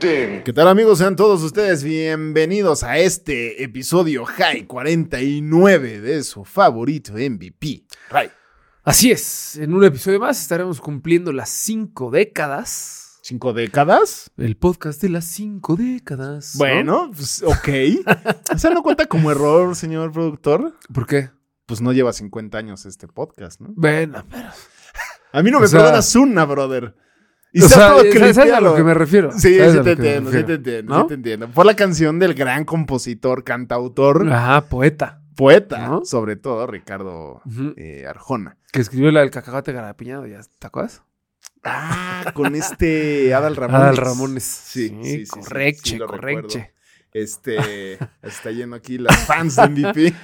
ding. ¿Qué tal amigos? Sean todos ustedes bienvenidos a este episodio High 49 de su favorito MVP. Ray. Así es, en un episodio más estaremos cumpliendo las cinco décadas. ¿Cinco décadas? El podcast de las cinco décadas. ¿no? Bueno, pues ok. O sea, no cuenta como error, señor productor. ¿Por qué? Pues no lleva 50 años este podcast, ¿no? Bueno, pero. A mí no me O sea- perdonas una, brother. Y O sabes sea, todo ¿sabes a cristiano. lo que me refiero? Sí, ¿Sabes sí te a lo que me entiendo, sí refiero? te entiendo, ¿No? sí te entiendo. Fue la canción del gran compositor, cantautor, Ajá, poeta. poeta, Ajá. sobre todo Ricardo Ujú. eh, Arjona. Que escribió la del cacahuate garapiñado, ¿ya te acuerdas? Ah, con este Adal Ramones. Adal Ramones. Sí, sí, sí, sí, correcche, sí, lo correcche. recuerdo. Este, está yendo aquí las fans de MVP.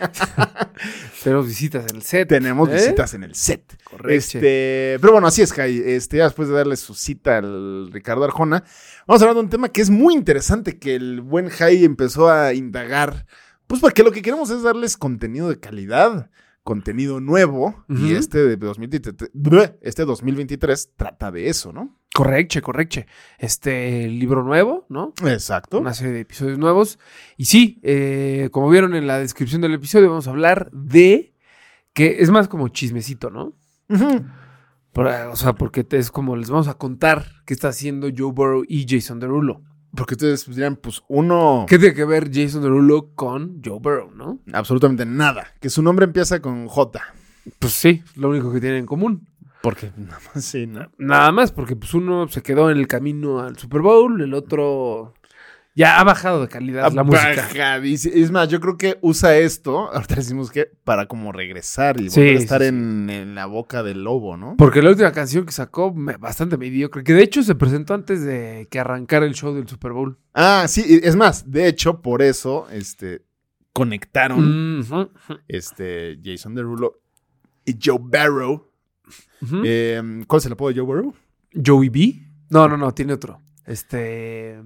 Tenemos visitas en el set. Tenemos ¿eh? visitas en el set. Correcche. Este, pero bueno, así es, Jai. Este, ya después de darle su cita al Ricardo Arjona, vamos a hablar de un tema que es muy interesante que el buen Jai empezó a indagar. Pues porque lo que queremos es darles contenido de calidad, contenido nuevo. Y Ujú. este de 2023, bleh, este 2023 trata de eso, ¿no? Correcche, correcche. Este libro nuevo, ¿no? Exacto. Una serie de episodios nuevos. Y sí, eh, como vieron en la descripción del episodio, vamos a hablar de. que es más como chismecito, ¿no? Ujú. Por- o sea, porque te- es como les vamos a contar qué está haciendo Joe Burrow y Jason Derulo. Porque ustedes dirán, pues uno, ¿Qué tiene que ver Jason Derulo con Joe Burrow, no? absolutamente nada. Que su nombre empieza con J. Pues sí, lo único que tienen en común. Porque nada más, sí, ¿no? Nada más, porque pues uno se quedó en el camino al Super Bowl, el otro ya ha bajado de calidad la música. Baja, dice- Es más, yo creo que usa esto, ahorita decimos que, para como regresar y volver a Sí, estar sí, sí. En, en la boca del lobo, ¿no? Porque la última canción que sacó, me- bastante mediocre, que de hecho se presentó antes de que arrancara el show del Super Bowl. Ah, sí, y- es más, de hecho, por eso, este, conectaron, Ujú, este, Jason Derulo y Joe Barrow. ujú. Eh, ¿Cuál es el apodo de Joe Barrow? Joey B. No, no, no, tiene otro. Este.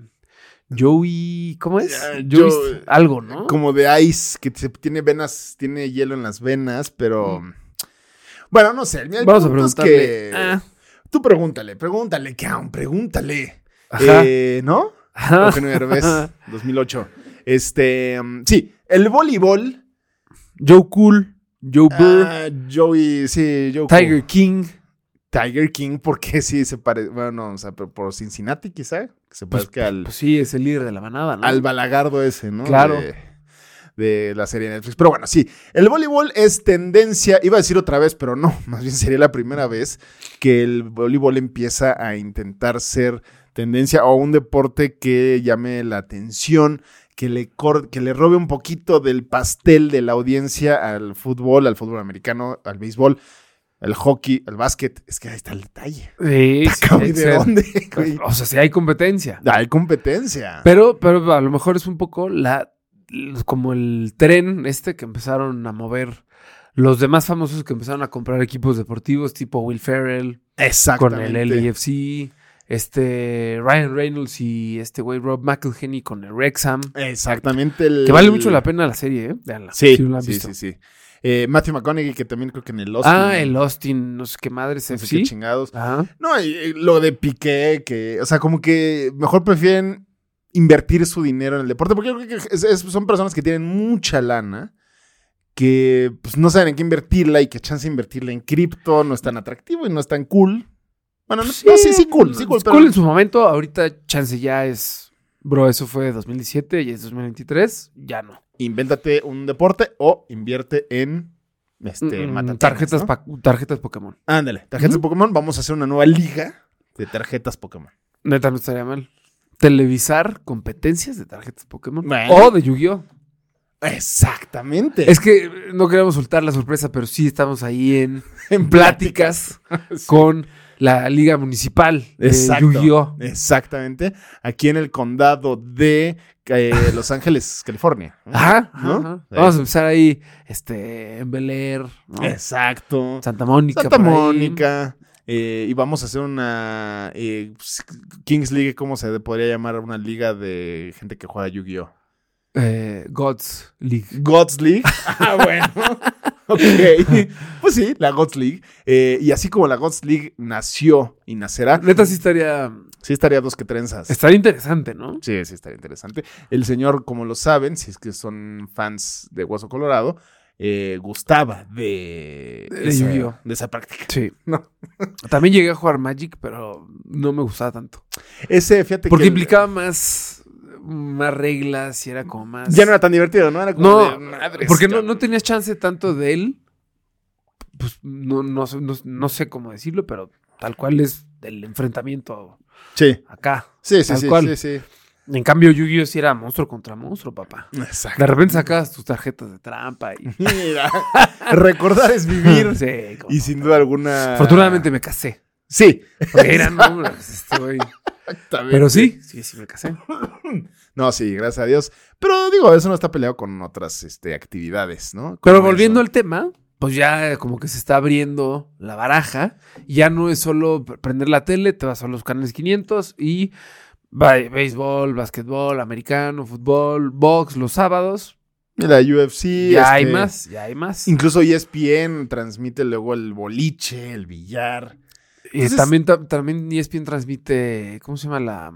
Joey. ¿Cómo es? Eh, Joey. Joe- algo, ¿no? Como de ice, que se- tiene venas, tiene hielo en las venas, pero... Bueno, no sé. el- el Mm. Vamos a punto es preguntarle. que- Ah, Tú pregúntale, pregúntale, Cam, pregúntale. Ajá. Ah. Eh, ¿No? Ajá. Eugenio Derbez, 2008. Este, mm, sí, el voleibol. Joe Cool. Joe Burr. ah, Joey, sí, Joe Tiger King. Tiger King, porque sí se parece, bueno, no, o sea, pero por Cincinnati quizá, que se Pues, parezca al, pues sí, es el líder de la manada, ¿no? al balagardo ese, ¿no? Claro. De, de la serie de Netflix. Pero bueno, sí, el voleibol es tendencia, iba a decir otra vez, pero no, más bien sería la primera vez que el voleibol empieza a intentar ser tendencia o un deporte que llame la atención, que le, cor- que le robe un poquito del pastel de la audiencia al fútbol, al fútbol americano, al béisbol, al hockey, al básquet. Es que ahí está el detalle. Sí, sí, Cabrón, hay ¿y que ¿De ser- dónde? güey? O sea, sí hay competencia. Hay competencia. Pero, pero a lo mejor es un poco la. Como el tren este que empezaron a mover los demás famosos que empezaron a comprar equipos deportivos tipo Will Ferrell, con Exactamente. el LAFC, este Ryan Reynolds y este güey Rob McElhenney con el Wrexham. Exactamente. el- Que vale mucho la pena la serie, ¿eh? Veanla. Sí, no la han sí, visto. sí, sí. Eh, Matthew McConaughey, que también creo que en el Oscar. Ah, el Austin, no sé qué madre es no sé qué FC. chingados. Ajá. No, y, eh, lo de Piqué, que, o sea, como que mejor prefieren invertir su dinero en el deporte, porque yo creo que es- es- son personas que tienen mucha lana, que pues no saben en qué invertirla y que chance de invertirla en cripto no es tan atractivo y no es tan cool. Bueno, no, no, sí, sí, cool, sí, cool, es pero- en su momento, ahorita chance ya es. Bro, eso fue 2017 y es 2023, ya no. Invéntate un deporte o invierte en este, Mm, matatanes, tarjetas, ¿no? pa- tarjetas Pokémon. Ándale, tarjetas Ujú. Pokémon, vamos a hacer una nueva liga de tarjetas Pokémon. Neta, no estaría mal. Televisar competencias de tarjetas Pokémon. Bueno. O de Yu-Gi-Oh! Exactamente. Es que no queremos soltar la sorpresa, pero sí estamos ahí en, En pláticas con la Liga Municipal de Exacto. Yu-Gi-Oh! Exactamente. Aquí en el condado de eh, Los Ángeles, California. Ajá, ¿No? ajá. Sí. Vamos a empezar ahí, este, en Bel Air, ¿no? Exacto. Santa Mónica. Santa por ahí. Mónica. eh, y vamos a hacer una eh, pues, Kings League, ¿cómo se podría llamar? Una liga de gente que juega Yu-Gi-Oh! Eh, Gods League. Gods League. Ah, bueno. ok. Pues sí, la Gods League. Eh, y así como la Gods League nació y nacerá, Neta sí estaría, sí estaría dos que trenzas. estaría interesante, ¿no? Sí, sí, estaría interesante. El señor, como lo saben, si es que son fans de Hueso Colorado, eh, gustaba de, De esa- Yu-Gi-Oh. de esa práctica. Sí. No. También llegué a jugar Magic, pero no me gustaba tanto. Ese, fíjate Porque que- implicaba más, más reglas y era como más... Ya no era tan divertido, ¿no? Era como No, de madres, porque no, cabrón. no tenías chance tanto de él. Pues no, no, sé- no- no sé cómo decirlo, pero tal cual es el enfrentamiento Sí, acá. sí, sí, Tal sí, sí, cual. sí. En cambio, Yu-Gi-Oh! sí era monstruo contra monstruo, papá. Exacto. De repente sacabas tus tarjetas de trampa y. Mira, recordar es vivir. Sí, como- Y sin duda alguna. Afortunadamente me casé. Sí. Porque eran nombres, este güey. Pero sí, sí, sí me casé. No, sí, gracias a Dios. Pero digo, eso no está peleado con otras este, actividades, ¿no? Pero Como volviendo eso. al tema, pues ya como que se está abriendo la baraja. Ya no es solo pr- prender la tele, te vas a los canales 500 y ba- béisbol, básquetbol, americano, fútbol, box los sábados. La UFC. ya hay este, más, ya hay más. Incluso E ESPN transmite luego el boliche, el billar. Y Entonces- también, ta- también E ESPN transmite, ¿cómo se llama la...?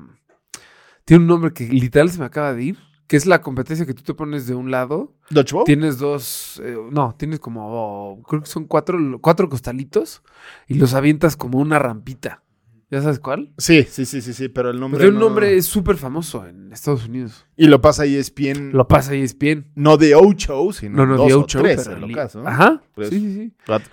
Tiene un nombre que literal se me acaba de ir, que es la competencia que tú te pones de un lado. ¿Dodgeball? Tienes dos, eh, no, tienes como, oh, creo que son cuatro, cuatro costalitos y los avientas como una rampita. ¿Ya sabes cuál? Sí, sí, sí, sí, sí, pero el nombre. Porque un no- nombre es súper famoso en Estados Unidos. Y lo pasa E ESPN. Lo pasa ESPN. No de ocho, sino No, no, Mm. dos de o ocho, tres, pero en lo li- caso, ¿no? Pues, Ajá, Tres. sí, sí, sí. Rato.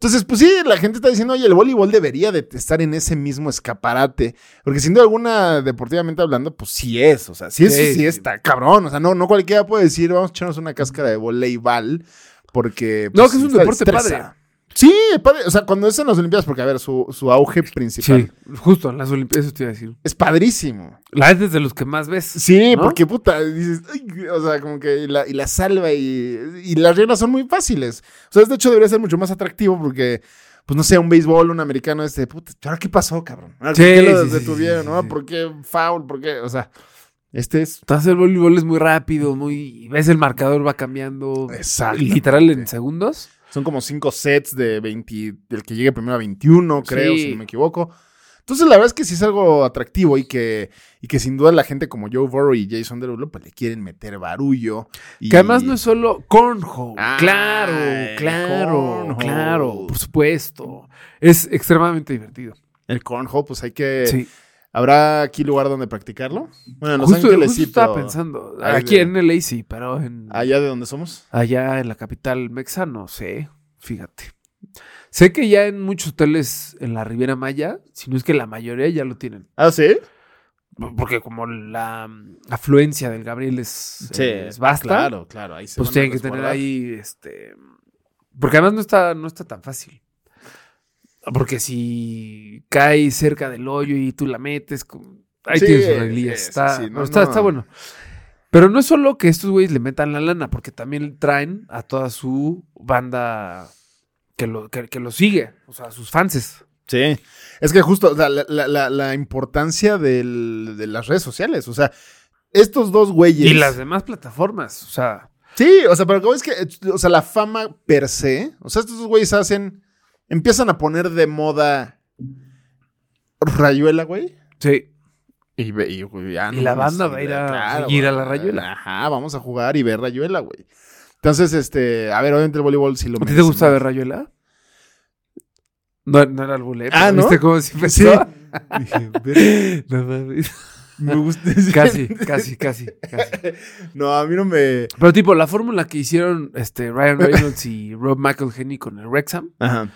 Entonces, pues sí, la gente está diciendo, oye, el voleibol debería de estar en ese mismo escaparate. Porque sin duda alguna, deportivamente hablando, pues sí es. O sea, sí, es, Sí, sí, sí. está cabrón. O sea, no, no cualquiera puede decir, vamos a echarnos una cáscara de voleibol. Porque. No, pues, que es un está- deporte estresa. padre. Sí, padre. O sea, cuando es en las Olimpiadas, porque a ver, su, su auge principal Sí, justo en las Olimpiadas, eso te iba a decir. es padrísimo. La es de los que más ves. Sí, ¿no? porque puta, dices, "Ay", o sea, como que y la, y la salva y, y las reglas son muy fáciles. O sea, de hecho debería ser mucho más atractivo porque, pues no sé, un béisbol, un americano, este, puta, ¿ahora qué pasó, cabrón? ¿Ahora Sí, ¿Por qué lo sí, sí, detuvieron? sí, sí, no? sí. ¿Por qué foul? ¿Por qué? O sea, este es... Entonces el voleibol es muy rápido, muy ves el marcador va cambiando Exacto. literal en segundos. Son como cinco sets de 20, del que llegue primero a 21, creo, Sí. si no me equivoco. Entonces, la verdad es que sí es algo atractivo y que, y que sin duda la gente como Joe Burrow y Jason Derulo, pues le quieren meter barullo. y- Que además no es solo cornhole. Ah, claro, el claro, cornhole. claro, por supuesto. Es extremadamente divertido. El cornhole, pues hay que... sí. ¿Habrá aquí lugar donde practicarlo? Bueno, en Los Justo, Ángeles justo sí, estaba pero pensando ahí aquí de- en LA sí, pero en allá de donde somos. allá en la capital mexa no sé, fíjate. Sé que ya en muchos hoteles en la Riviera Maya, si no es que la mayoría ya lo tienen. Ah, ¿sí? Porque como la mm, afluencia del Gabriel es, eh, es basta, Claro, claro. Ahí se pues van a tienen que tener resguardar. ahí este. Porque además no está, no está tan fácil. Porque si cae cerca del hoyo y tú la metes, como- ahí Sí, tienes sus reglillas. sí, sí, está, sí, no, pero está, no. está bueno. Pero no es solo que estos güeyes le metan la lana, porque también traen a toda su banda que lo, que, que lo sigue, o sea, sus fanses. Sí. Es que justo o sea, la, la- la- la importancia del- de las redes sociales. O sea, estos dos güeyes. Y las demás plataformas, o sea, Sí, o sea, pero como es que, eh, o sea, la fama per se, o sea, estos dos güeyes hacen, empiezan a poner de moda Rayuela, güey. sí. Y, ve- y, güey, ya Y no la mames, banda sí, va a ve- ir a seguir a la güey. Rayuela. Ajá, vamos a jugar y ver Rayuela, güey. Entonces, este, a ver, obviamente el voleibol sí lo ¿A ti te merece gusta más. ver Rayuela? No, no era el boleto. Ah, ¿no? ¿Viste cómo se Sí. empezó? Dije, "Ver- No mames. me gusta. Casi, casi, casi, casi. No, a mí no me. Pero tipo, la fórmula que hicieron este, Ryan Reynolds y Rob McElhenney con el Wrexham, Ajá,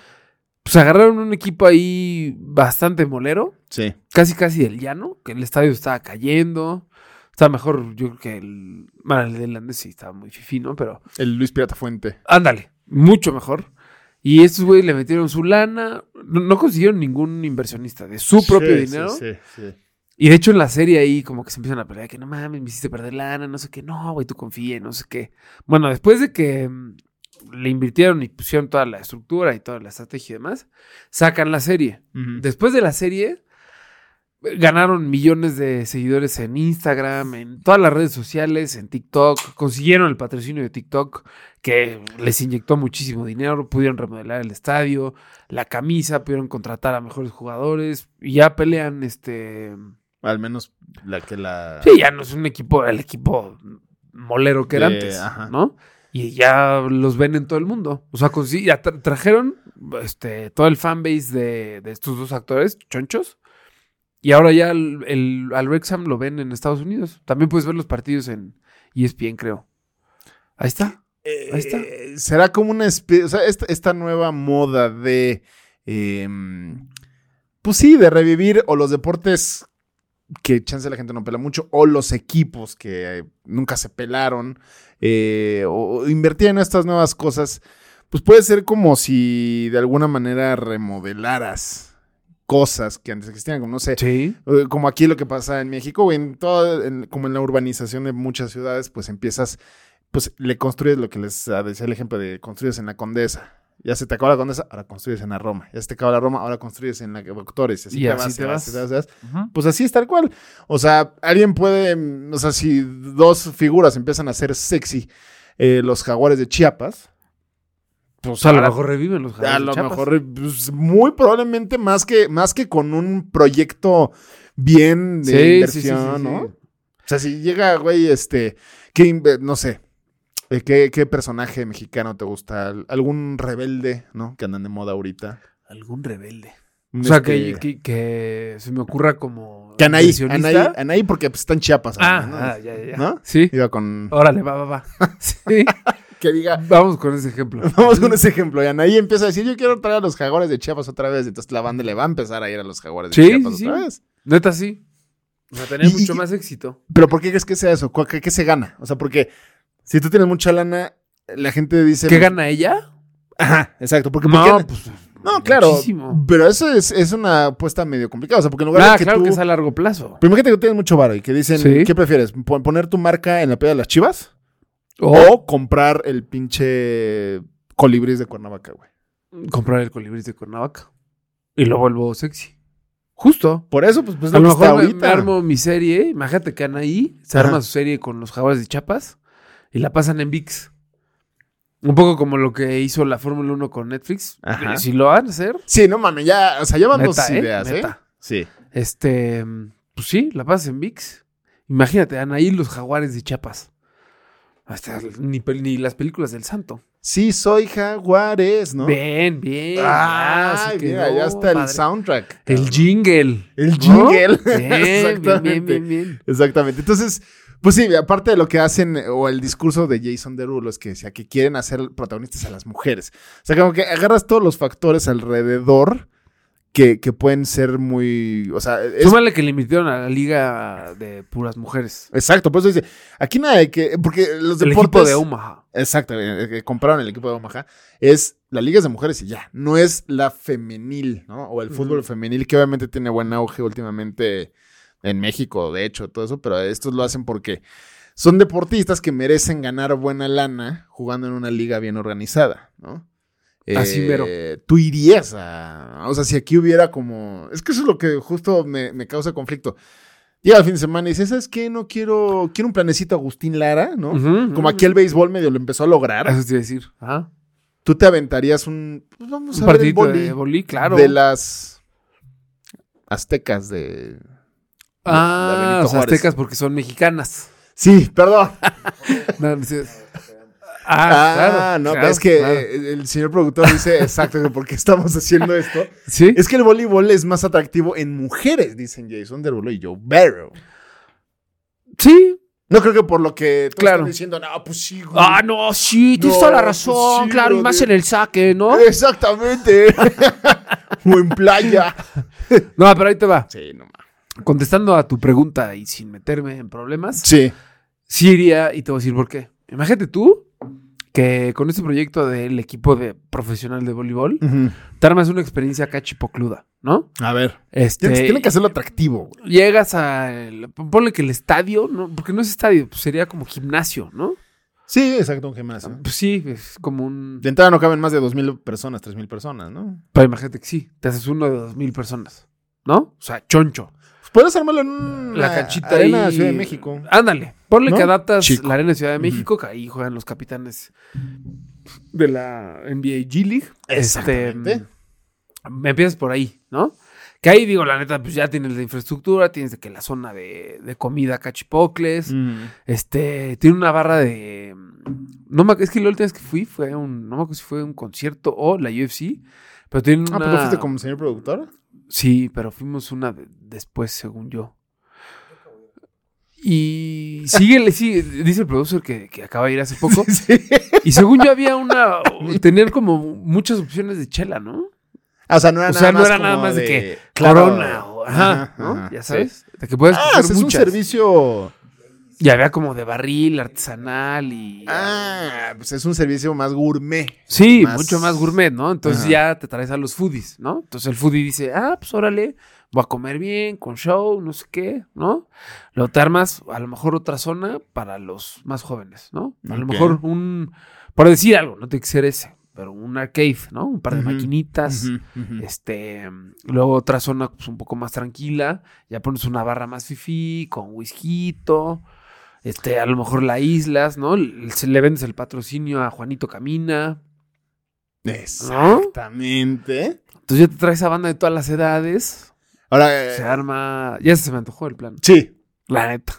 pues agarraron un equipo ahí bastante molero, sí. casi casi del llano, que el estadio estaba cayendo, Está mejor, yo creo que el. Bueno, el irlandés sí estaba muy fifi, ¿no? Pero El Luis Pirata Fuente. Ándale, mucho mejor. Y estos güeyes le metieron su lana. No, no consiguieron ningún inversionista de su propio Sí, sí, dinero. Sí, sí. Y de hecho en la serie ahí como que se empiezan a pelear. Que no mames, me hiciste perder lana, no sé qué. No, güey, tú confía, no sé qué. Bueno, después de que mm, le invirtieron y pusieron toda la estructura y toda la estrategia y demás, sacan la serie. Ujú. Después de la serie, eh, ganaron millones de seguidores en Instagram, en todas las redes sociales, en TikTok. Consiguieron el patrocinio de TikTok, que les inyectó muchísimo dinero. Pudieron remodelar el estadio, la camisa, pudieron contratar a mejores jugadores. Y ya pelean, este... Al menos la que la. Sí, ya no es un equipo, el equipo molero que era De- antes, ajá. ¿no? Y ya los ven en todo el mundo. O sea, consi- ya tra- trajeron este, todo el fanbase de, de estos dos actores, chonchos. Y ahora ya el, el- al Wrexham lo ven en Estados Unidos. También puedes ver los partidos en E ESPN, creo. Ahí está. Eh, Ahí está. eh, Será como una especie, o sea, esta, esta nueva moda de, eh, pues sí, de revivir o los deportes que chance la gente no pela mucho, o los equipos que eh, nunca se pelaron, eh, o, o invertir en estas nuevas cosas, pues puede ser como si de alguna manera remodelaras cosas que antes existían, como no sé, Sí. eh, como aquí lo que pasa en México, güey, en todo, en- como en la urbanización de muchas ciudades, pues empiezas, pues le construyes lo que les ah, decía el ejemplo de construyes en la Condesa. Ya se te acaba la Condesa, ahora construyes en la Roma. Ya se te acaba la Roma, ahora construyes en la Doctores. Y así, Y te, así vas, te te vas. vas, te vas, te vas. Pues así es tal cual. O sea, alguien puede, mm, o sea, si dos figuras empiezan a ser sexy, eh, los jaguares de Chiapas, Pues a lo mejor reviven los a Jaguares de lo Chiapas. mejor, pues, muy probablemente más que, más que con un proyecto bien de Sí, sí, inversión, sí, sí, sí. ¿no? O sea, si llega, güey, este, que, inve- no sé, eh, ¿qué, qué personaje mexicano te gusta? Al- ¿Algún rebelde, no? Que andan de moda ahorita. este, Algún rebelde. O sea, que, que, que se me ocurra como. que Anaí, inversionista. Anaí, Anaí, porque pues, está en Chiapas. Ah, ¿no? ah, Oh. ya, ya, ya. ¿No? Sí. Iba con... Órale, va, va, va. Sí. Que diga... Vamos con ese ejemplo. Vamos con ese ejemplo. Y Anaí empieza a decir, yo quiero traer a los jaguares de Chiapas otra vez. Entonces la banda le va a empezar a ir a los jaguares de Sí, Chiapas sí, otra sí. vez. Neta, sí. O sea, tenía Y- mucho y- más éxito. Pero ¿por qué crees que sea eso? ¿Cuál- ¿Qué, qué se gana? O sea, porque si tú tienes mucha lana, la gente dice. ¿Qué gana ella? Ajá, exacto. Porque No, porque- pues. no, claro. muchísimo. Pero eso es, es una apuesta medio complicada. O sea, porque en lugar Ah, de que claro tú. que es a largo plazo. Pero imagínate que tienes mucho varo y que dicen, Sí. ¿qué prefieres? ¿Pon- ¿Poner tu marca en la piedra de las chivas? O ¿O comprar el pinche colibrís de Cuernavaca, güey? comprar el colibrí de Cuernavaca. Y lo vuelvo sexy. Justo. Por eso, pues, pues A lo lo que está mejor me, ahorita. me armo mi serie. Imagínate que Anaí se Ajá. arma su serie con los jaguares de Chiapas y la pasan en VIX. Un poco como lo que hizo la Fórmula 1 con Netflix. Ajá. Si lo van a hacer, Sí, no mames, ya, o sea, ya van dos Neta, ¿eh? ideas, ¿eh? Neta. Sí. Este, mm, pues sí, la pasas en VIX. Imagínate, Anaí los jaguares de Chiapas. Hasta ni, pel- ni las películas del santo. Sí, soy jaguares, ¿no? Bien, bien. Ah, ya, sí mira, quedó, ya está el padre. soundtrack. El jingle. El ¿no? jingle. Bien, bien, bien, Exactamente. bien, bien. Exactamente. Entonces, pues sí, aparte de lo que hacen, eh, o el discurso de Jason Derulo, es que decía que quieren hacer protagonistas a las mujeres. O sea, como que agarras todos los factores alrededor que, que pueden ser muy. O sea, es- Súmale que le invitaron a la liga de puras mujeres. Exacto, por eso dice, aquí nada de que, porque los el deportes... equipo de Omaha. Exacto, eh, que compraron el equipo de Omaha. Es la liga es de mujeres y ya. No es la femenil, ¿no? O el fútbol Ujú. femenil, que obviamente tiene buen auge últimamente en México, de hecho, todo eso, pero estos lo hacen porque son deportistas que merecen ganar buena lana jugando en una liga bien organizada, ¿no? Eh, Así mero. Tú irías a. O sea, si aquí hubiera como. Es que eso es lo que justo me, me causa conflicto. Llega el fin de semana y dices, ¿sabes qué? No quiero. Quiero un planecito Agustín Lara, ¿no? Ujú, Como ujú. aquí el béisbol medio lo empezó a lograr, Eso te iba a decir. Ajá. tú te aventarías un, pues vamos Un a ver el partidito boli de boli, claro. de las aztecas de... de ah, Benito las Juárez. aztecas porque son mexicanas. Sí, perdón. No, no sé. Ah, Ah, claro, no, claro, es que claro. eh, el señor productor dice exacto que por qué estamos haciendo esto. ¿Sí? Es que el voleibol es más atractivo en mujeres, dicen Jason Derulo y Joe Barrow. Sí. No creo que por lo que todos Claro. están diciendo, no, pues sí. güey". Ah, no, sí, tienes No, toda la pues razón, sí, Eh. claro, y más en brother. el saque, ¿no? Exactamente. o en playa. No, pero ahí te va. Sí, no mames. contestando a tu pregunta y sin meterme en problemas, Sí. sí iría y te voy a decir por qué. Imagínate tú que con este proyecto del equipo de profesional de voleibol, te armas una experiencia acá chipocluda, ¿no? A ver. Este, Tienes- Tienen que hacerlo atractivo. güey. Llegas a. Ponle que el estadio, ¿no? porque no es estadio, pues sería como gimnasio, ¿no? Sí, exacto, un gimnasio. Pues sí, es como un. De entrada no caben más de 2.000 personas, 3.000 personas, ¿no? Pero imagínate que sí, te haces uno de dos mil personas, ¿no? O sea, choncho. Pues puedes armarlo en una La canchita Ah, arena ahí- Ah, de Ciudad de México. Ándale, ponle ¿No? que adaptas Chico. la Arena de Ciudad de México, que ahí juegan los capitanes de la NBA G League. Este, Exactamente. me empiezas por ahí, ¿no? Que ahí digo, la neta, pues ya tienes la infraestructura, tienes de que la zona de, de comida cachipocles, Mm. este, tiene una barra de... mm, No me ac- es que la última vez que fui fue un, no me acuerdo si fue un concierto o la UFC, pero tienen una... Ah, ¿pero fuiste como señor productor? Sí, pero fuimos una de- después, según yo. Y síguele, sí, dice el producer que, que acaba de ir hace poco. Y según yo había una, tenían como muchas opciones de chela, ¿no? Ah, o sea, no era O nada sea, no más era como nada más de, que corona o, ajá, ¿no? ya sabes, de que puedes Ah, hacer o sea, es un muchas. servicio. Y había como de barril, artesanal y... Ah, pues es un servicio más gourmet. Sí, Más- mucho más gourmet, ¿no? Entonces Ajá. ya te traes a los foodies, ¿no? Entonces el foodie dice, ah, pues órale, voy a comer bien, con show, no sé qué, ¿no? Luego te armas a lo mejor otra zona para los más jóvenes, ¿no? A lo Ok. mejor un, por decir algo, no tiene que ser ese, pero un arcade, ¿no? Un par de Ujú, maquinitas. Ujú. Este, luego otra zona pues, un poco más tranquila, ya pones una barra más fifí, con whisky, este, a lo mejor la islas, ¿no? Le le vendes el patrocinio a Juanito Camina, Exactamente. Entonces ya te traes a banda de todas las edades. Ahora, eh, Se arma. Ya se me antojó el plan. sí. La neta.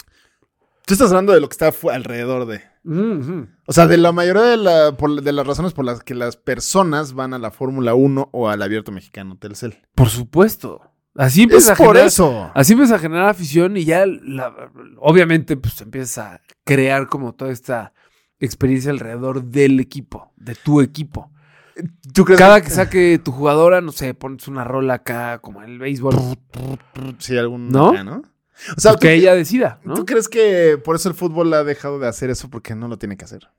Tú estás hablando de lo que está fu- alrededor de. Ujú. O sea, de la mayoría de, la- por- de las razones por las que las personas van a la Fórmula 1 o al Abierto Mexicano Telcel. Por supuesto. Así Es empieza a por generar. eso. Así empieza a generar afición y ya la- obviamente pues empiezas a crear como toda esta experiencia alrededor del equipo, de tu equipo. ¿Tú crees Cada que saque tu jugadora, no sé, pones una rola acá como en el béisbol, Sí, algún. ¿No? acá, ¿no? O sea, ¿tú, pues, que ella decida, ¿no? ¿tú crees que por eso el fútbol ha dejado de hacer eso? Porque no lo tiene que hacer.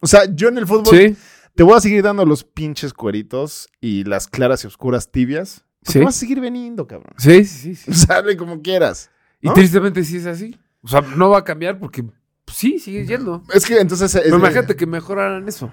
O sea, yo en el fútbol Sí, te voy a seguir dando los pinches cueritos y las claras y oscuras tibias. Porque Sí. vas a seguir veniendo, cabrón. sí, sí, sí. O sea, hable como quieras. Y ¿No? tristemente sí es así. O sea, no va a cambiar porque pues, sí, sigue yendo. Es que entonces. es- Pero imagínate que mejoraran eso.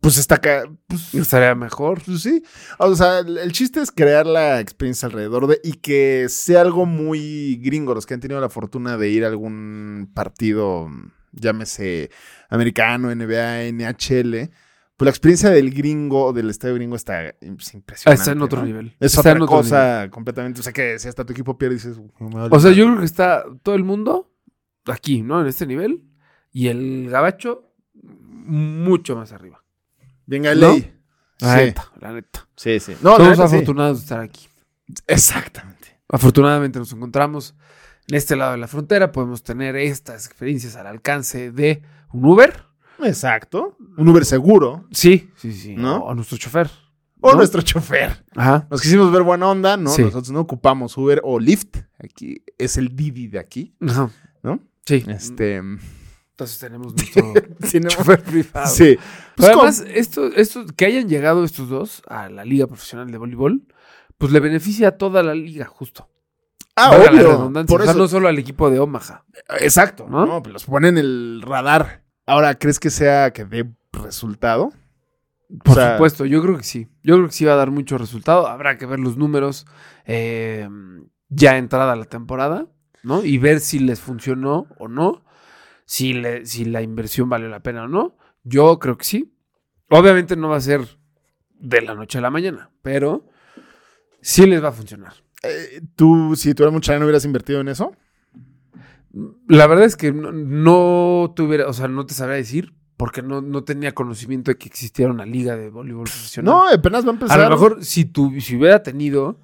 Pues está acá. Pues, Estaría mejor. Pues sí. O sea, el, el chiste es crear la experiencia alrededor de y que sea algo muy gringo. Los que han tenido la fortuna de ir a algún partido, llámese americano, NBA, NHL, pues la experiencia del gringo, del estadio gringo, está eh, pues, impresionante. Ah, está en otro ¿no? nivel. Es Está otra en otro cosa completamente. O sea, que si hasta tu equipo pierde, dices. "No me vale O sea, madre". yo creo que está todo el mundo aquí, ¿no? En este nivel. Y el gabacho mucho más arriba. Venga, ¿no? ley. La Sí. neta, la neta. Sí, sí. No, la Somos neta, sí. afortunados de estar aquí. Exactamente. Afortunadamente nos encontramos en este lado de la frontera. Podemos tener estas experiencias al alcance de un Uber. Exacto. Un Uber seguro. Sí, sí, sí. ¿No? O, o nuestro chofer. O ¿no? nuestro chofer. Ajá. Nos quisimos ver buena onda, ¿no? Sí. Nosotros no ocupamos Uber o Lyft. Aquí es el Didi de aquí, Ajá. ¿no? Sí. Este. Entonces tenemos nuestro Tenemos- chofer privado. Sí. Pues, Pero ¿cómo? además, esto, esto, que hayan llegado estos dos a la liga profesional de voleibol, pues le beneficia a toda la liga, justo. ah, Valga la obvio. redundancia. Por O sea, eso. no solo al equipo de Omaha. Exacto. ¿No? ¿no? pues los ponen en el radar. Ahora, ¿crees que sea que dé resultado? Por O sea, supuesto, yo creo que sí. Yo creo que sí va a dar mucho resultado. Habrá que ver los números eh, ya entrada la temporada, ¿no? Y ver si les funcionó o no. Si, le- si la inversión valió la pena o no. Yo creo que sí. Obviamente no va a ser de la noche a la mañana, pero sí les va a funcionar. eh, Tú, si tú eras mucha no hubieras invertido en eso. La verdad es que no, no tuviera, o sea, no te sabría decir porque no, no tenía conocimiento de que existiera una liga de voleibol profesional. No, apenas va a a empezar. lo mejor si, tu, si hubiera tenido,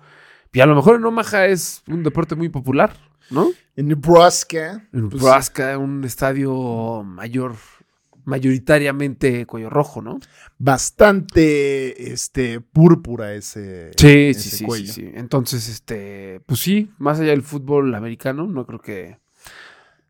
y a lo mejor en Omaha es un deporte muy popular, ¿no? En Nebraska. En Pues- Nebraska, un estadio mayor mayoritariamente cuello rojo, ¿no? Bastante este, púrpura ese, Sí, ese sí, sí, sí, cuello. sí. Entonces, este, pues sí, más allá del fútbol americano, no creo que.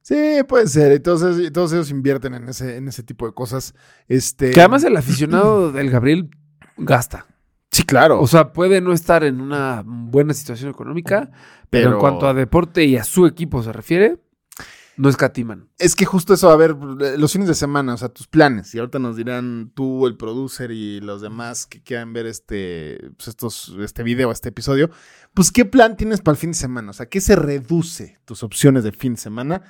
Sí, puede ser. Entonces, y todos ellos invierten en ese, en ese tipo de cosas. Este, Que además el aficionado del Gabriel gasta. sí, claro. O sea, puede no estar en una buena situación económica, pero, Pero- en cuanto a deporte y a su equipo se refiere, no escatiman. es que justo eso, a ver, los fines de semana, o sea, tus planes. Y ahorita nos dirán tú, el producer y los demás que quieran ver este, pues, estos, este video, este episodio. Pues, ¿qué plan tienes para el fin de semana? O sea, ¿qué se reduce tus opciones de fin de semana?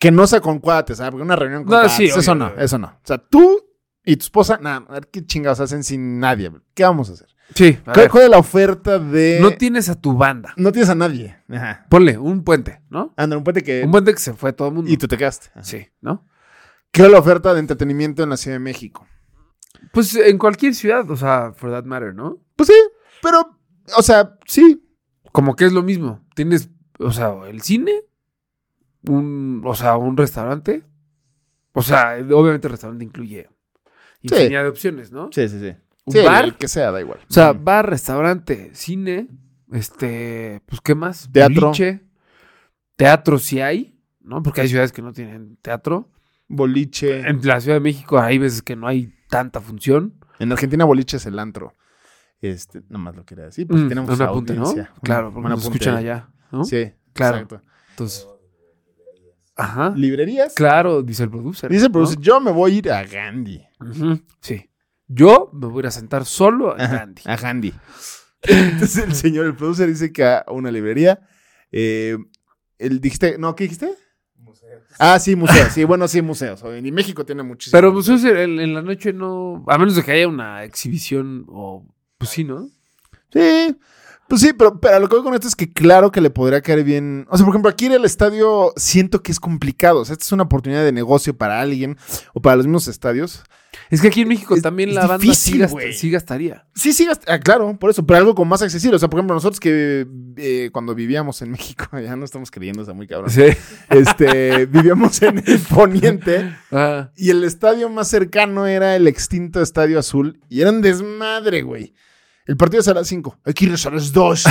Que no sea con cuates, ¿sabes? Porque una reunión con No, cuates, sí, eso obvio, no, obvio. eso no. O sea, tú y tu esposa, nada, a ver qué chingados hacen sin nadie. bro? ¿Qué vamos a hacer? Sí, a ¿Cuál, ver, cuál es la oferta de...? no tienes a tu banda. no tienes a nadie. Ajá. Ponle un puente, ¿no? Anda, un puente que... Un puente que se fue todo el mundo. Eh, Y tú te quedaste. Ajá. Sí, ¿no? ¿Qué es la oferta de entretenimiento en la Ciudad de México? Pues en cualquier ciudad, o sea, for that matter, ¿no? Pues sí, pero, o sea, sí. Como que es lo mismo. Tienes, o sea, el cine, un, o sea, un restaurante. O sea, obviamente el restaurante incluye infinidad de opciones, ¿no? Sí, sí, sí. Un bar, el que sea, da igual. O sea, bar, restaurante, cine, este, pues, ¿qué más? Teatro. Boliche. teatro si hay, ¿no? Porque hay ciudades que no tienen teatro. boliche. En, En la Ciudad de México hay veces que no hay tanta función. Argentina, boliche es el antro. Este, nada más lo quería decir, porque Mm, tenemos un una apunte, ¿no? audiencia. Claro, Un porque nos apunte escuchan ahí. allá, ¿no? Sí, Claro. exacto. Entonces, ajá. ¿Librerías? Claro, dice el producer. Dice el ¿no? producer, yo me voy a ir a Gandhi. Ujú, Sí. Yo me voy a ir a sentar solo a Ajá, Ah, Gandhi. A Gandhi. Entonces el señor, el producer dice que a una librería. Eh, el, dijiste, ¿no? ¿Qué dijiste? Museos. Ah, sí, museos. Sí, bueno, sí, museos. Y México tiene muchísimos. Pero pues es en, en la noche no, a menos de que haya una exhibición o pues sí, ¿no? Sí. Pues sí, pero, pero lo que voy con esto es que claro que le podría caer bien. O sea, por ejemplo, aquí ir al estadio siento que es complicado. O sea, esta es una oportunidad de negocio para alguien o para los mismos estadios. Es que aquí en México Es- también es la banda sí, difícil, gast- güey. sí gastaría. Sí, sí, gast- ah, claro, por eso, pero algo como más accesible. O sea, por ejemplo, nosotros que eh, cuando vivíamos en México, ya no estamos creyendo, está muy cabrón. Este, vivíamos en el poniente Ah, y el estadio más cercano era el extinto Estadio Azul y eran desmadre, güey. El partido es a las 5, hay que irnos a las 2.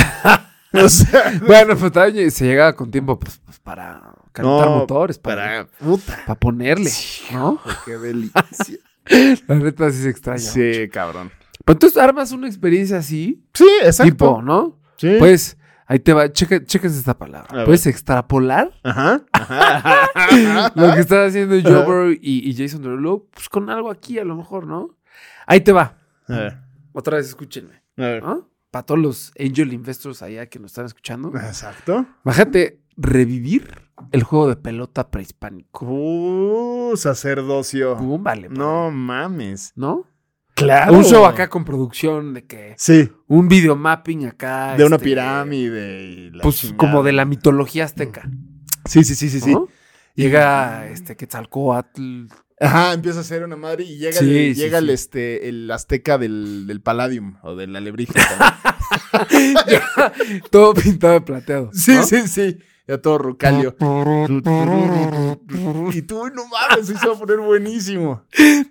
o sea, bueno, pues también se llegaba con tiempo pues, pues, para calentar No, motores, para, para puta. para ponerle, ¿no? Qué delicia. La neta sí se extraña. sí, cabrón. Pero entonces armas una experiencia así, Sí, exacto. tipo, ¿no? Sí. Pues ahí te va, checa, chéquense esta palabra. ver. Puedes extrapolar Ajá. ajá, ajá, lo ajá. que están haciendo Joe Burrow y, y Jason Derulo, pues con algo aquí a lo mejor, ¿no? Ahí te va. A ver, Otra vez escúchenme, a ver. ¿no? Para todos los angel investors allá que nos están escuchando. Exacto. Bájate, revivir el juego de pelota prehispánico. Uh, sacerdocio. Pum, vale. padre. No mames. ¿No? Claro. Un show acá con producción de que Sí, un videomapping acá. de una este, pirámide. y la Pues chingada. como de la mitología azteca. Sí, sí, sí, sí, sí. ¿no? Llega este Quetzalcoatl. Ajá, empieza a ser una madre y llega, Sí, el, sí, llega el, sí. este, el azteca del, del palladium o del alebrije. también. Todo pintado de plateado. sí, ¿no? sí, sí. Ya todo rucalio. y tú, no mames, se hizo a poner buenísimo.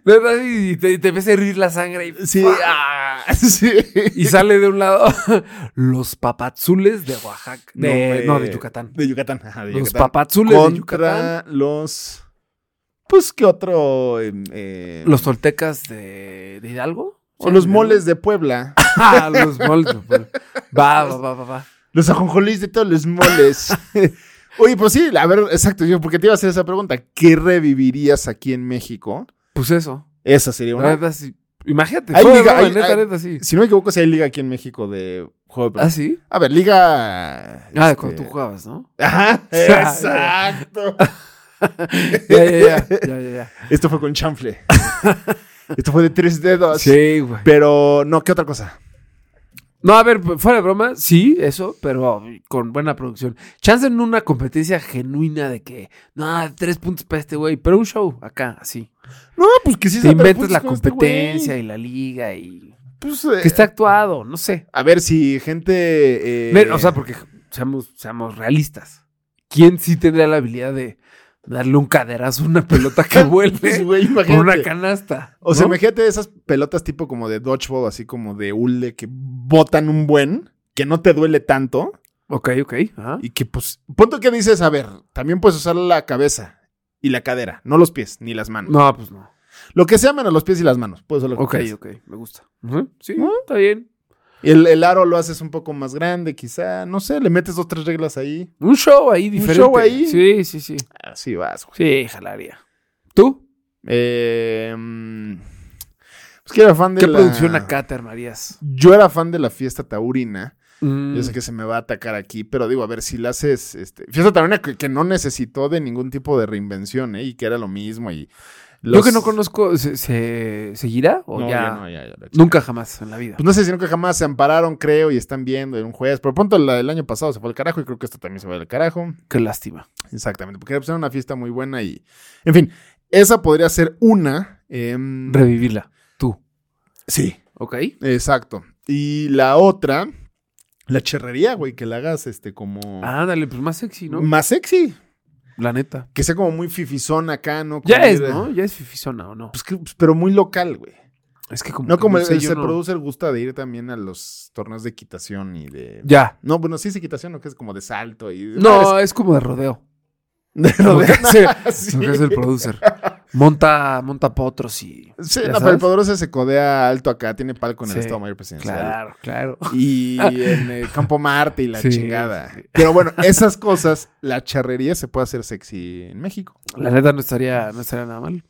¿Verdad? Y te, te ves hervir la sangre y, Sí, ah, sí. y sale de un lado los papazules de Oaxaca. De, No, no, hombre. de Yucatán. De Yucatán. Ajá, de Los Yucatán. papazules de Yucatán. Contra los. Pues, ¿qué otro? eh, eh, Los toltecas de, de Hidalgo. o los ¿De moles de Puebla. Ah, los moles. bueno. Va, va, va, va, va. Los ajonjolís de todos los moles. Oye, pues sí, a ver, exacto. Yo, porque te iba a hacer esa pregunta. ¿Qué revivirías aquí en México? Pues eso. Esa sería La una. neta, sí. Imagínate. Hay fuera de liga- broma, hay- neta, hay- neta, sí. Si no me equivoco, si hay liga aquí en México de juego de ¿Ah, pelota. sí? A ver, liga. Ah, este- cuando tú jugabas, ¿no? Ajá, exacto. Ya, ya, ya. ya, ya, ya. Esto fue con chanfle. Esto fue de tres dedos. Sí, güey. Pero, no, ¿qué otra cosa? No, a ver, fuera de broma, sí, eso, pero con buena producción. Chance en una competencia genuina de que, no, tres puntos para este güey, pero un show acá, así. No, pues que sí Te se inventas aperpuso la con este competencia güey. y la liga y... Pues, eh, Que este está actuado, no sé. A ver si gente. eh, Ve, O sea, porque seamos, seamos realistas. ¿Quién sí tendría la habilidad de darle un caderazo a una pelota que vuelve pues, Güey, por imagínate. una canasta. O sea, ¿no? imagínate esas pelotas tipo como de dodgeball, así como de hule, que botan un buen, que no te duele tanto Ok, ok. ajá. y que pues... Punto que dices, a ver, también puedes usar la cabeza y la cadera, no los pies ni las manos. No, pues no. Lo que sea menos los pies y las manos, puedes usar lo que Ok, quieras. ok. Me gusta. Ujú, Sí, está bien. Y el, el aro lo haces un poco más grande, quizá, no sé, le metes dos, tres reglas ahí. Un show ahí diferente. show ahí. Sí, sí, sí. Así vas, güey. Sí, jalaría. ¿Tú? Eh, mm, pues que era fan de ¿Qué la- producción acá te armarías? Yo era fan de la fiesta taurina. Mm, Yo sé que se me va a atacar aquí, pero digo, a ver, si la haces, este, fiesta taberna que, que no necesitó de ningún tipo de reinvención, ¿eh? Y que era lo mismo y... Yo los- que no conozco, ¿se, se- seguirá o No, ya? no, ya, ya, la chica. Nunca jamás en la vida. Pues no sé si nunca jamás se ampararon, creo, y están viendo en un juez. Pero pronto la del año pasado se fue al carajo y creo que esta también se va al carajo. Qué lástima. Exactamente, porque pues, era una fiesta muy buena y... En fin, esa podría ser una... em, Revivirla. Tú. sí, ¿Ok? exacto. Y la otra, la cherrería, güey, que la hagas este como... Ándale, pues más sexy, ¿no? Más sexy, La neta. que sea como muy fifizón acá, ¿no? Ya Como es, ir a- ¿no? Ya es fifizona o no. Pues que- pues, pero muy local, güey. Es que como. No que como el, sé, el yo se no- producer gusta de ir también a los torneos de equitación y de. Ya. No, bueno, sí es equitación, ¿no? Que es como de salto y. No, es como de rodeo. de Lo que hace, Sí. lo que hace el producer. Monta, monta potros y. Sí, ¿ya no, pero el sabes? poderoso se codea alto acá, tiene palco en Sí, el Estado Mayor Presidencial. Claro, claro. Y en el Campo Marte y la Sí, chingada. Pero bueno, esas cosas, la charrería se puede hacer sexy en México. La neta no estaría, no estaría nada mal.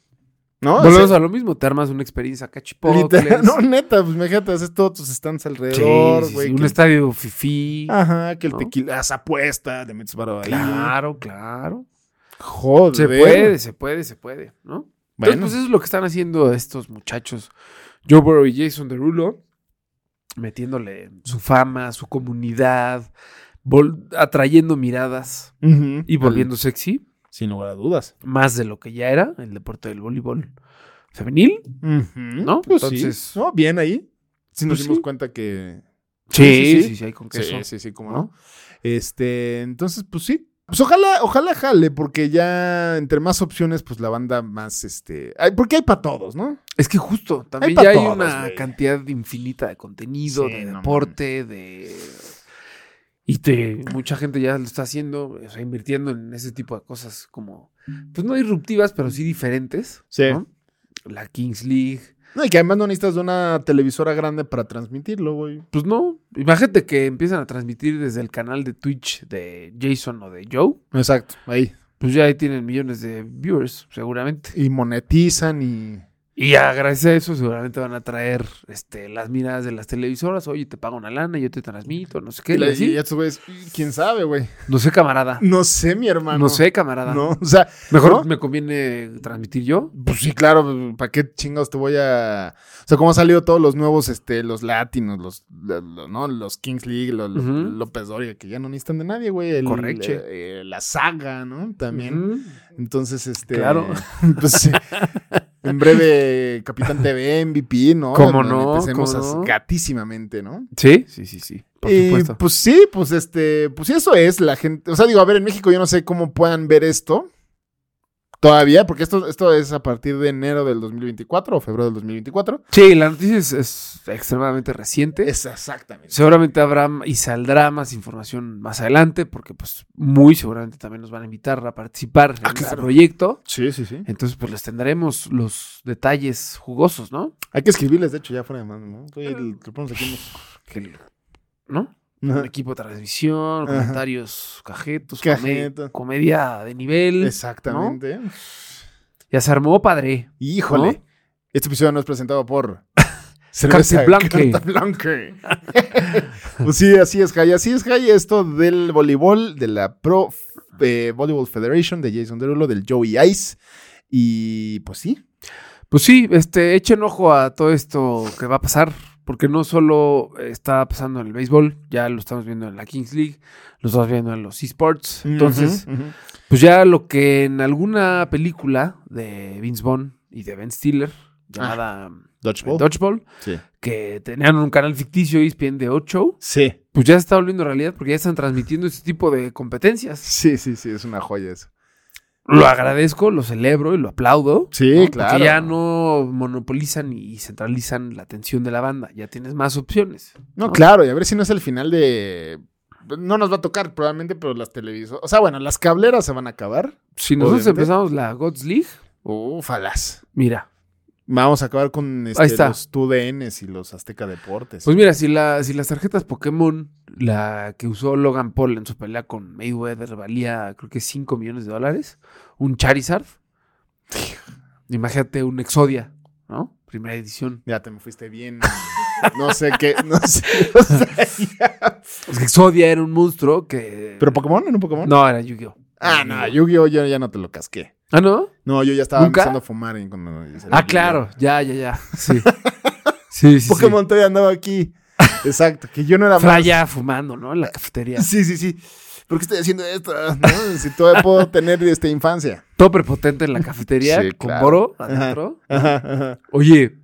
¿No? Volvemos O a lo mismo, te armas una experiencia acá sea, chipocles. literal- no, neta, pues imagínate, haces todos tus stands Sí, alrededor, sí, sí, güey. un que- Ah, estadio fifí. Ajá, que el ¿no? tequila, las apuestas, de metes varo ahí. Claro, claro. Joder. Se puede, se puede, se puede, ¿no? Entonces, Bueno, pues eso es lo que están haciendo estos muchachos. Joe Burrow y Jason Derulo. Metiéndole su fama, su comunidad. vol- atrayendo miradas. ujú. pues, Y volviendo sexy. Sin lugar a dudas. Más de lo que ya era el deporte del voleibol femenil. ¿No? Pues sí. Entonces- No, bien ahí. Si nos Pues dimos sí. cuenta que. Sí, sí, sí, sí, hay con queso. Sí, sí, sí, cómo ¿No? no. Este, entonces, pues sí. Pues ojalá, ojalá jale, porque ya entre más opciones, pues la banda más, este, hay- porque hay para todos, ¿no? Es que justo, también pa' ya hay todos, una güey. cantidad infinita de contenido, Sí, de no deporte, de... Y te, mucha gente ya lo está haciendo, o sea, invirtiendo en ese tipo de cosas como, pues no disruptivas, pero sí diferentes. Mm. Sí. ¿no? La Kings League. No, y que además no necesitas de una televisora grande para transmitirlo, güey. Pues no, imagínate que empiezan a transmitir desde el canal de Twitch de Jason o de Joe. Exacto, ahí. Pues ya ahí tienen millones de viewers, seguramente. Y monetizan y. Y a- gracias a eso seguramente van a traer este, las miradas de las televisoras. Oye, te pago una lana, yo te transmito, no sé qué. y la- y así. y estos güeyes, quién sabe, güey. No sé, camarada. No sé, mi hermano. No sé, camarada. No, o sea, Mejor ¿no? me conviene transmitir yo. Pues sí, claro, ¿para qué chingados te voy a. O sea, cómo han salido todos los nuevos, este, los latinos, los, lo- lo- ¿no? Los Kings League, los, los Ujú. López Doria, que ya no necesitan de nadie, güey. El- Correcche. eh, eh, la saga, ¿no? También. Ujú. Entonces, este. Claro. Pues sí. En breve, Capitán TV, MVP, ¿no? ¿Cómo Lo no? enaltecemos ¿Cómo as- no? gatísimamente, ¿no? Sí, sí, sí, sí. Por Y, supuesto. Pues sí, pues este, pues eso es la gente. O sea, digo, a ver, en México yo no sé cómo puedan ver esto todavía, porque esto, esto es a partir de enero del 2024 o febrero del 2024. Sí, la noticia es, es extremadamente reciente. pues Es exactamente. Seguramente habrá m- y saldrá más información más adelante, porque pues muy seguramente también nos van a invitar a participar en Ah, este claro. proyecto. Sí, sí, sí. Entonces, pues les tendremos los detalles jugosos, ¿no? Hay que escribirles, de hecho, ya fuera de mano, ¿no? Oye, el- lo ponemos aquí en los- Que- ¿No? un Ajá. equipo de transmisión, Ajá. comentarios cajetos, come- Cajeto. comedia de nivel. Exactamente. Ya se armó, padre. Híjole. ¿No? Este episodio no es presentado por Blanque. Blanque. pues sí, así es, Jai. Así es, Jai, esto del voleibol, de la Pro eh, Volleyball Federation, de Jason Derulo, del Joey Ice. Y pues sí. Pues sí, este, echen ojo a todo esto que va a pasar, porque no solo está pasando en el béisbol, ya lo estamos viendo en la Kings League, lo estamos viendo en los esports. Entonces, Ujú, ujú. pues ya lo que en alguna película de Vince Vaughn y de Ben Stiller, llamada Ah, eh, Dodgeball. Dodgeball, Sí. que tenían un canal ficticio ESPN de 8, sí. pues ya se está volviendo realidad porque ya están transmitiendo este tipo de competencias. Sí, sí, sí, es una joya eso. Lo agradezco, lo celebro y lo aplaudo. Sí, claro. Porque ya no monopolizan y centralizan la atención de la banda. Ya tienes más opciones. No, claro, y a ver si no es el final de. No nos va a tocar probablemente, pero las televisoras. O sea, bueno, las cableras se van a acabar. Si nosotros Obviamente. empezamos la Gods League, Ufalas. mira. Vamos a acabar con este, Ahí está. los TUDNs y los Azteca Deportes. Pues mira, si, la, si las tarjetas Pokémon, la que usó Logan Paul en su pelea con Mayweather, valía creo que 5 millones de dólares, un Charizard, imagínate un Exodia, ¿no? Primera edición. ya te me fuiste bien. No sé qué. No sé. no sé, ya. Es que Exodia era un monstruo que... ¿Pero Pokémon? ¿En un Pokémon? No, era Yu-Gi-Oh. Ah, no, Yu-Gi-Oh! Yo ya no te lo casqué. ¿Ah, no? No, yo ya estaba ¿Nunca? empezando a fumar. en- cuando hice la Ah, Yu-Gi-Oh. claro, ya, ya, ya. Sí. Sí, sí, sí. Pokémon todavía andaba aquí. Exacto, que yo no era más- Fraya fumando, ¿no? En la cafetería. Sí, sí, sí. ¿Por qué estoy haciendo esto? ¿No? Si todavía puedo tener esta infancia. Todo prepotente en la cafetería, Sí, con claro. boro adentro. Oye,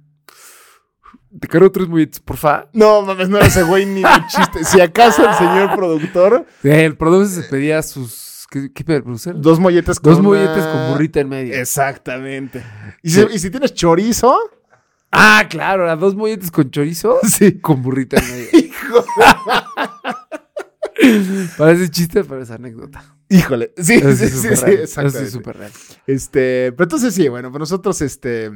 te cargo tres muy porfa. No, mames, no era ese güey ni de chiste. Si acaso el señor productor, Eh, El productor se pedía sus. ¿Qué, qué pedía el producer? Dos, Eh, dos molletes con una- molletes con burrita en medio. Exactamente. ¿Y si, y si tienes chorizo? Ah, claro, era dos molletes con chorizo. Sí. Con burrita en medio. Parece chiste, pero es anécdota. Híjole. Sí, Eso sí, sí, es súper sí, real. Eso exactamente. es súper real. Este, pero entonces sí, bueno, pues nosotros este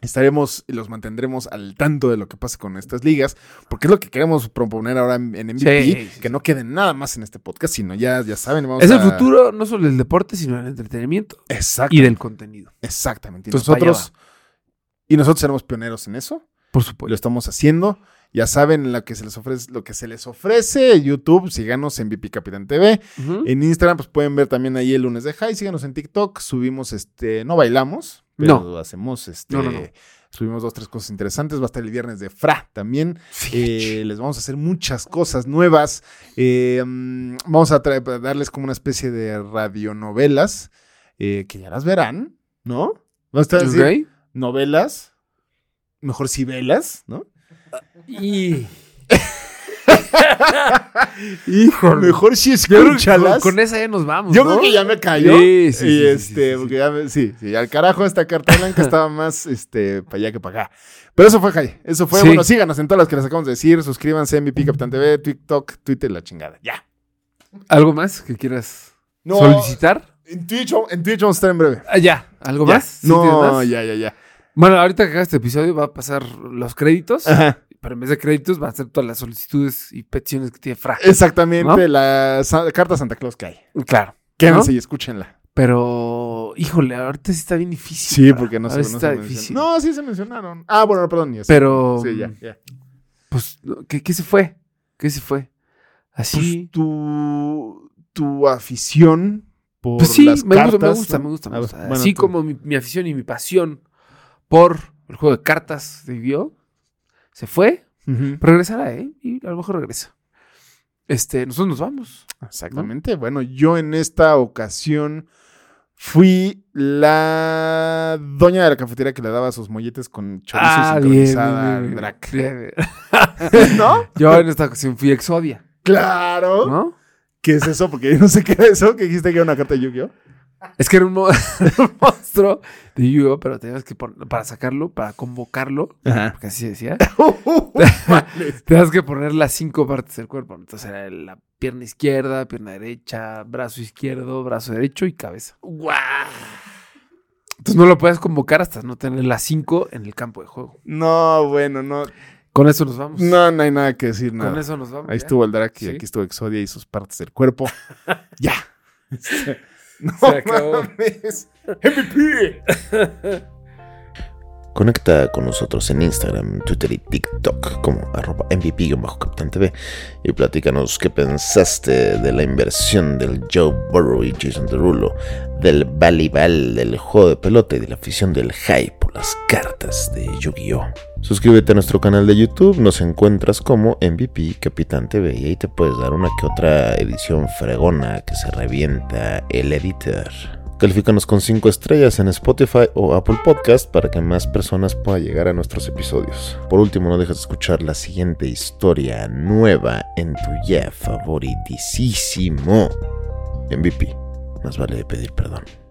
estaremos y los mantendremos al tanto de lo que pase con estas ligas, porque es lo que queremos proponer ahora en, en MVP, Sí, sí, que no quede nada más en este podcast, sino ya, ya saben, vamos Es el a- futuro no solo del deporte, sino del entretenimiento Exacto, y del contenido. exactamente. Y Entonces, nosotros, para y nosotros seremos pioneros en eso, pues Por lo supuesto. estamos haciendo. Ya saben lo que se les ofrece, lo que se les ofrece YouTube, síganos en MVP Capitán TV. Ujú. En Instagram, pues pueden ver también ahí el lunes de High. Síganos en TikTok. Subimos este. No bailamos, pero No. hacemos este. No, no, no. Subimos dos, tres cosas interesantes. Va a estar el viernes de Fra también. Fíjate. Eh, les vamos a hacer muchas cosas nuevas. Eh, mm, vamos a tra- a darles como una especie de radionovelas eh, que ya las verán, ¿no? Va a estar así, Ok. novelas, mejor si velas, ¿no? Y. Híjole. Mejor si Yo creo que escúchalas. con, con esa ya nos vamos. Yo ¿no? creo que ya me cayó. Sí, sí, y sí, sí, este, sí, sí, porque ya me- sí, sí, al carajo esta carta blanca estaba más este para allá que para acá. Pero eso fue, Jai. Eso fue. Sí. Bueno, síganos en todas las que les acabamos de decir. Suscríbanse a MVP Capitán TV, TikTok, Twitter, la chingada. Ya. ¿Algo más que quieras No. solicitar? En Twitch, en Twitch vamos a estar en breve. Ah, ya. ¿Algo Ya. más? ¿Sí tienes no, más? ya, ya, ya. Bueno, ahorita que haga este episodio va a pasar los créditos, Ajá. pero en vez de créditos van a ser todas las solicitudes y peticiones que tiene Fra. Exactamente, ¿No? la sa- carta Santa Claus que hay. Claro. Quédense y escúchenla. Pero, híjole, ahorita sí está bien difícil. Sí, Fra. porque no se, Ahorita no está se difícil. mencionaron. No, sí se mencionaron. Ah, bueno, perdón. ya sé. Pero, Sí, ya, ya. pues, no, ¿qué, qué se fue? ¿Qué se fue? Así. pues, tu, tu afición por Pues sí, me, las gusta, me cartas, gusta, ¿no? me gusta, me Ah, gusta. bueno, Así tú- como mi, mi afición y mi pasión por el juego de cartas se vivió, se fue, Ujú. regresará, ¿eh? Y a lo mejor regresa. Este, nosotros nos vamos. Exactamente. Bueno, yo en esta ocasión fui la doña de la cafetería que le daba sus molletes con chorizo sincronizada al Drac. Ah, bien, ¿No? bien. Yo en esta ocasión fui Exodia, Claro. ¿no? ¿Qué es eso? Porque yo no sé qué era eso. Que dijiste que era una carta de Yu-Gi-Oh. Es que era un, mo- un monstruo de yu pero tenías que, pon- para sacarlo, para convocarlo, porque así decía, tenías que poner las cinco partes del cuerpo. Entonces era la pierna izquierda, pierna derecha, brazo izquierdo, brazo derecho y cabeza. Entonces no lo puedes convocar hasta no tener las cinco en el campo de juego. No, bueno, no. Con eso nos vamos. No, no hay nada que decir, Con nada. eso nos vamos. Ahí ya. estuvo el Drac y ¿eh? Sí. aquí estuvo Exodia y sus partes del cuerpo. ya. Este, no Se acabó. mames. Conecta con nosotros en Instagram, Twitter y TikTok como arroba MVP-Capitán TV y platícanos qué pensaste de la inversión del Joe Burrow y Jason Derulo, del balibal, del juego de pelota y de la afición del hype por las cartas de Yu-Gi-Oh! Suscríbete a nuestro canal de YouTube, nos encuentras como MVP Capitán TV y ahí te puedes dar una que otra edición fregona que se revienta el editor. Califícanos con 5 estrellas en Spotify o Apple Podcast para que más personas puedan llegar a nuestros episodios. Por último, no dejes de escuchar la siguiente historia nueva en tu ya favoritísimo MVP. Más vale pedir perdón.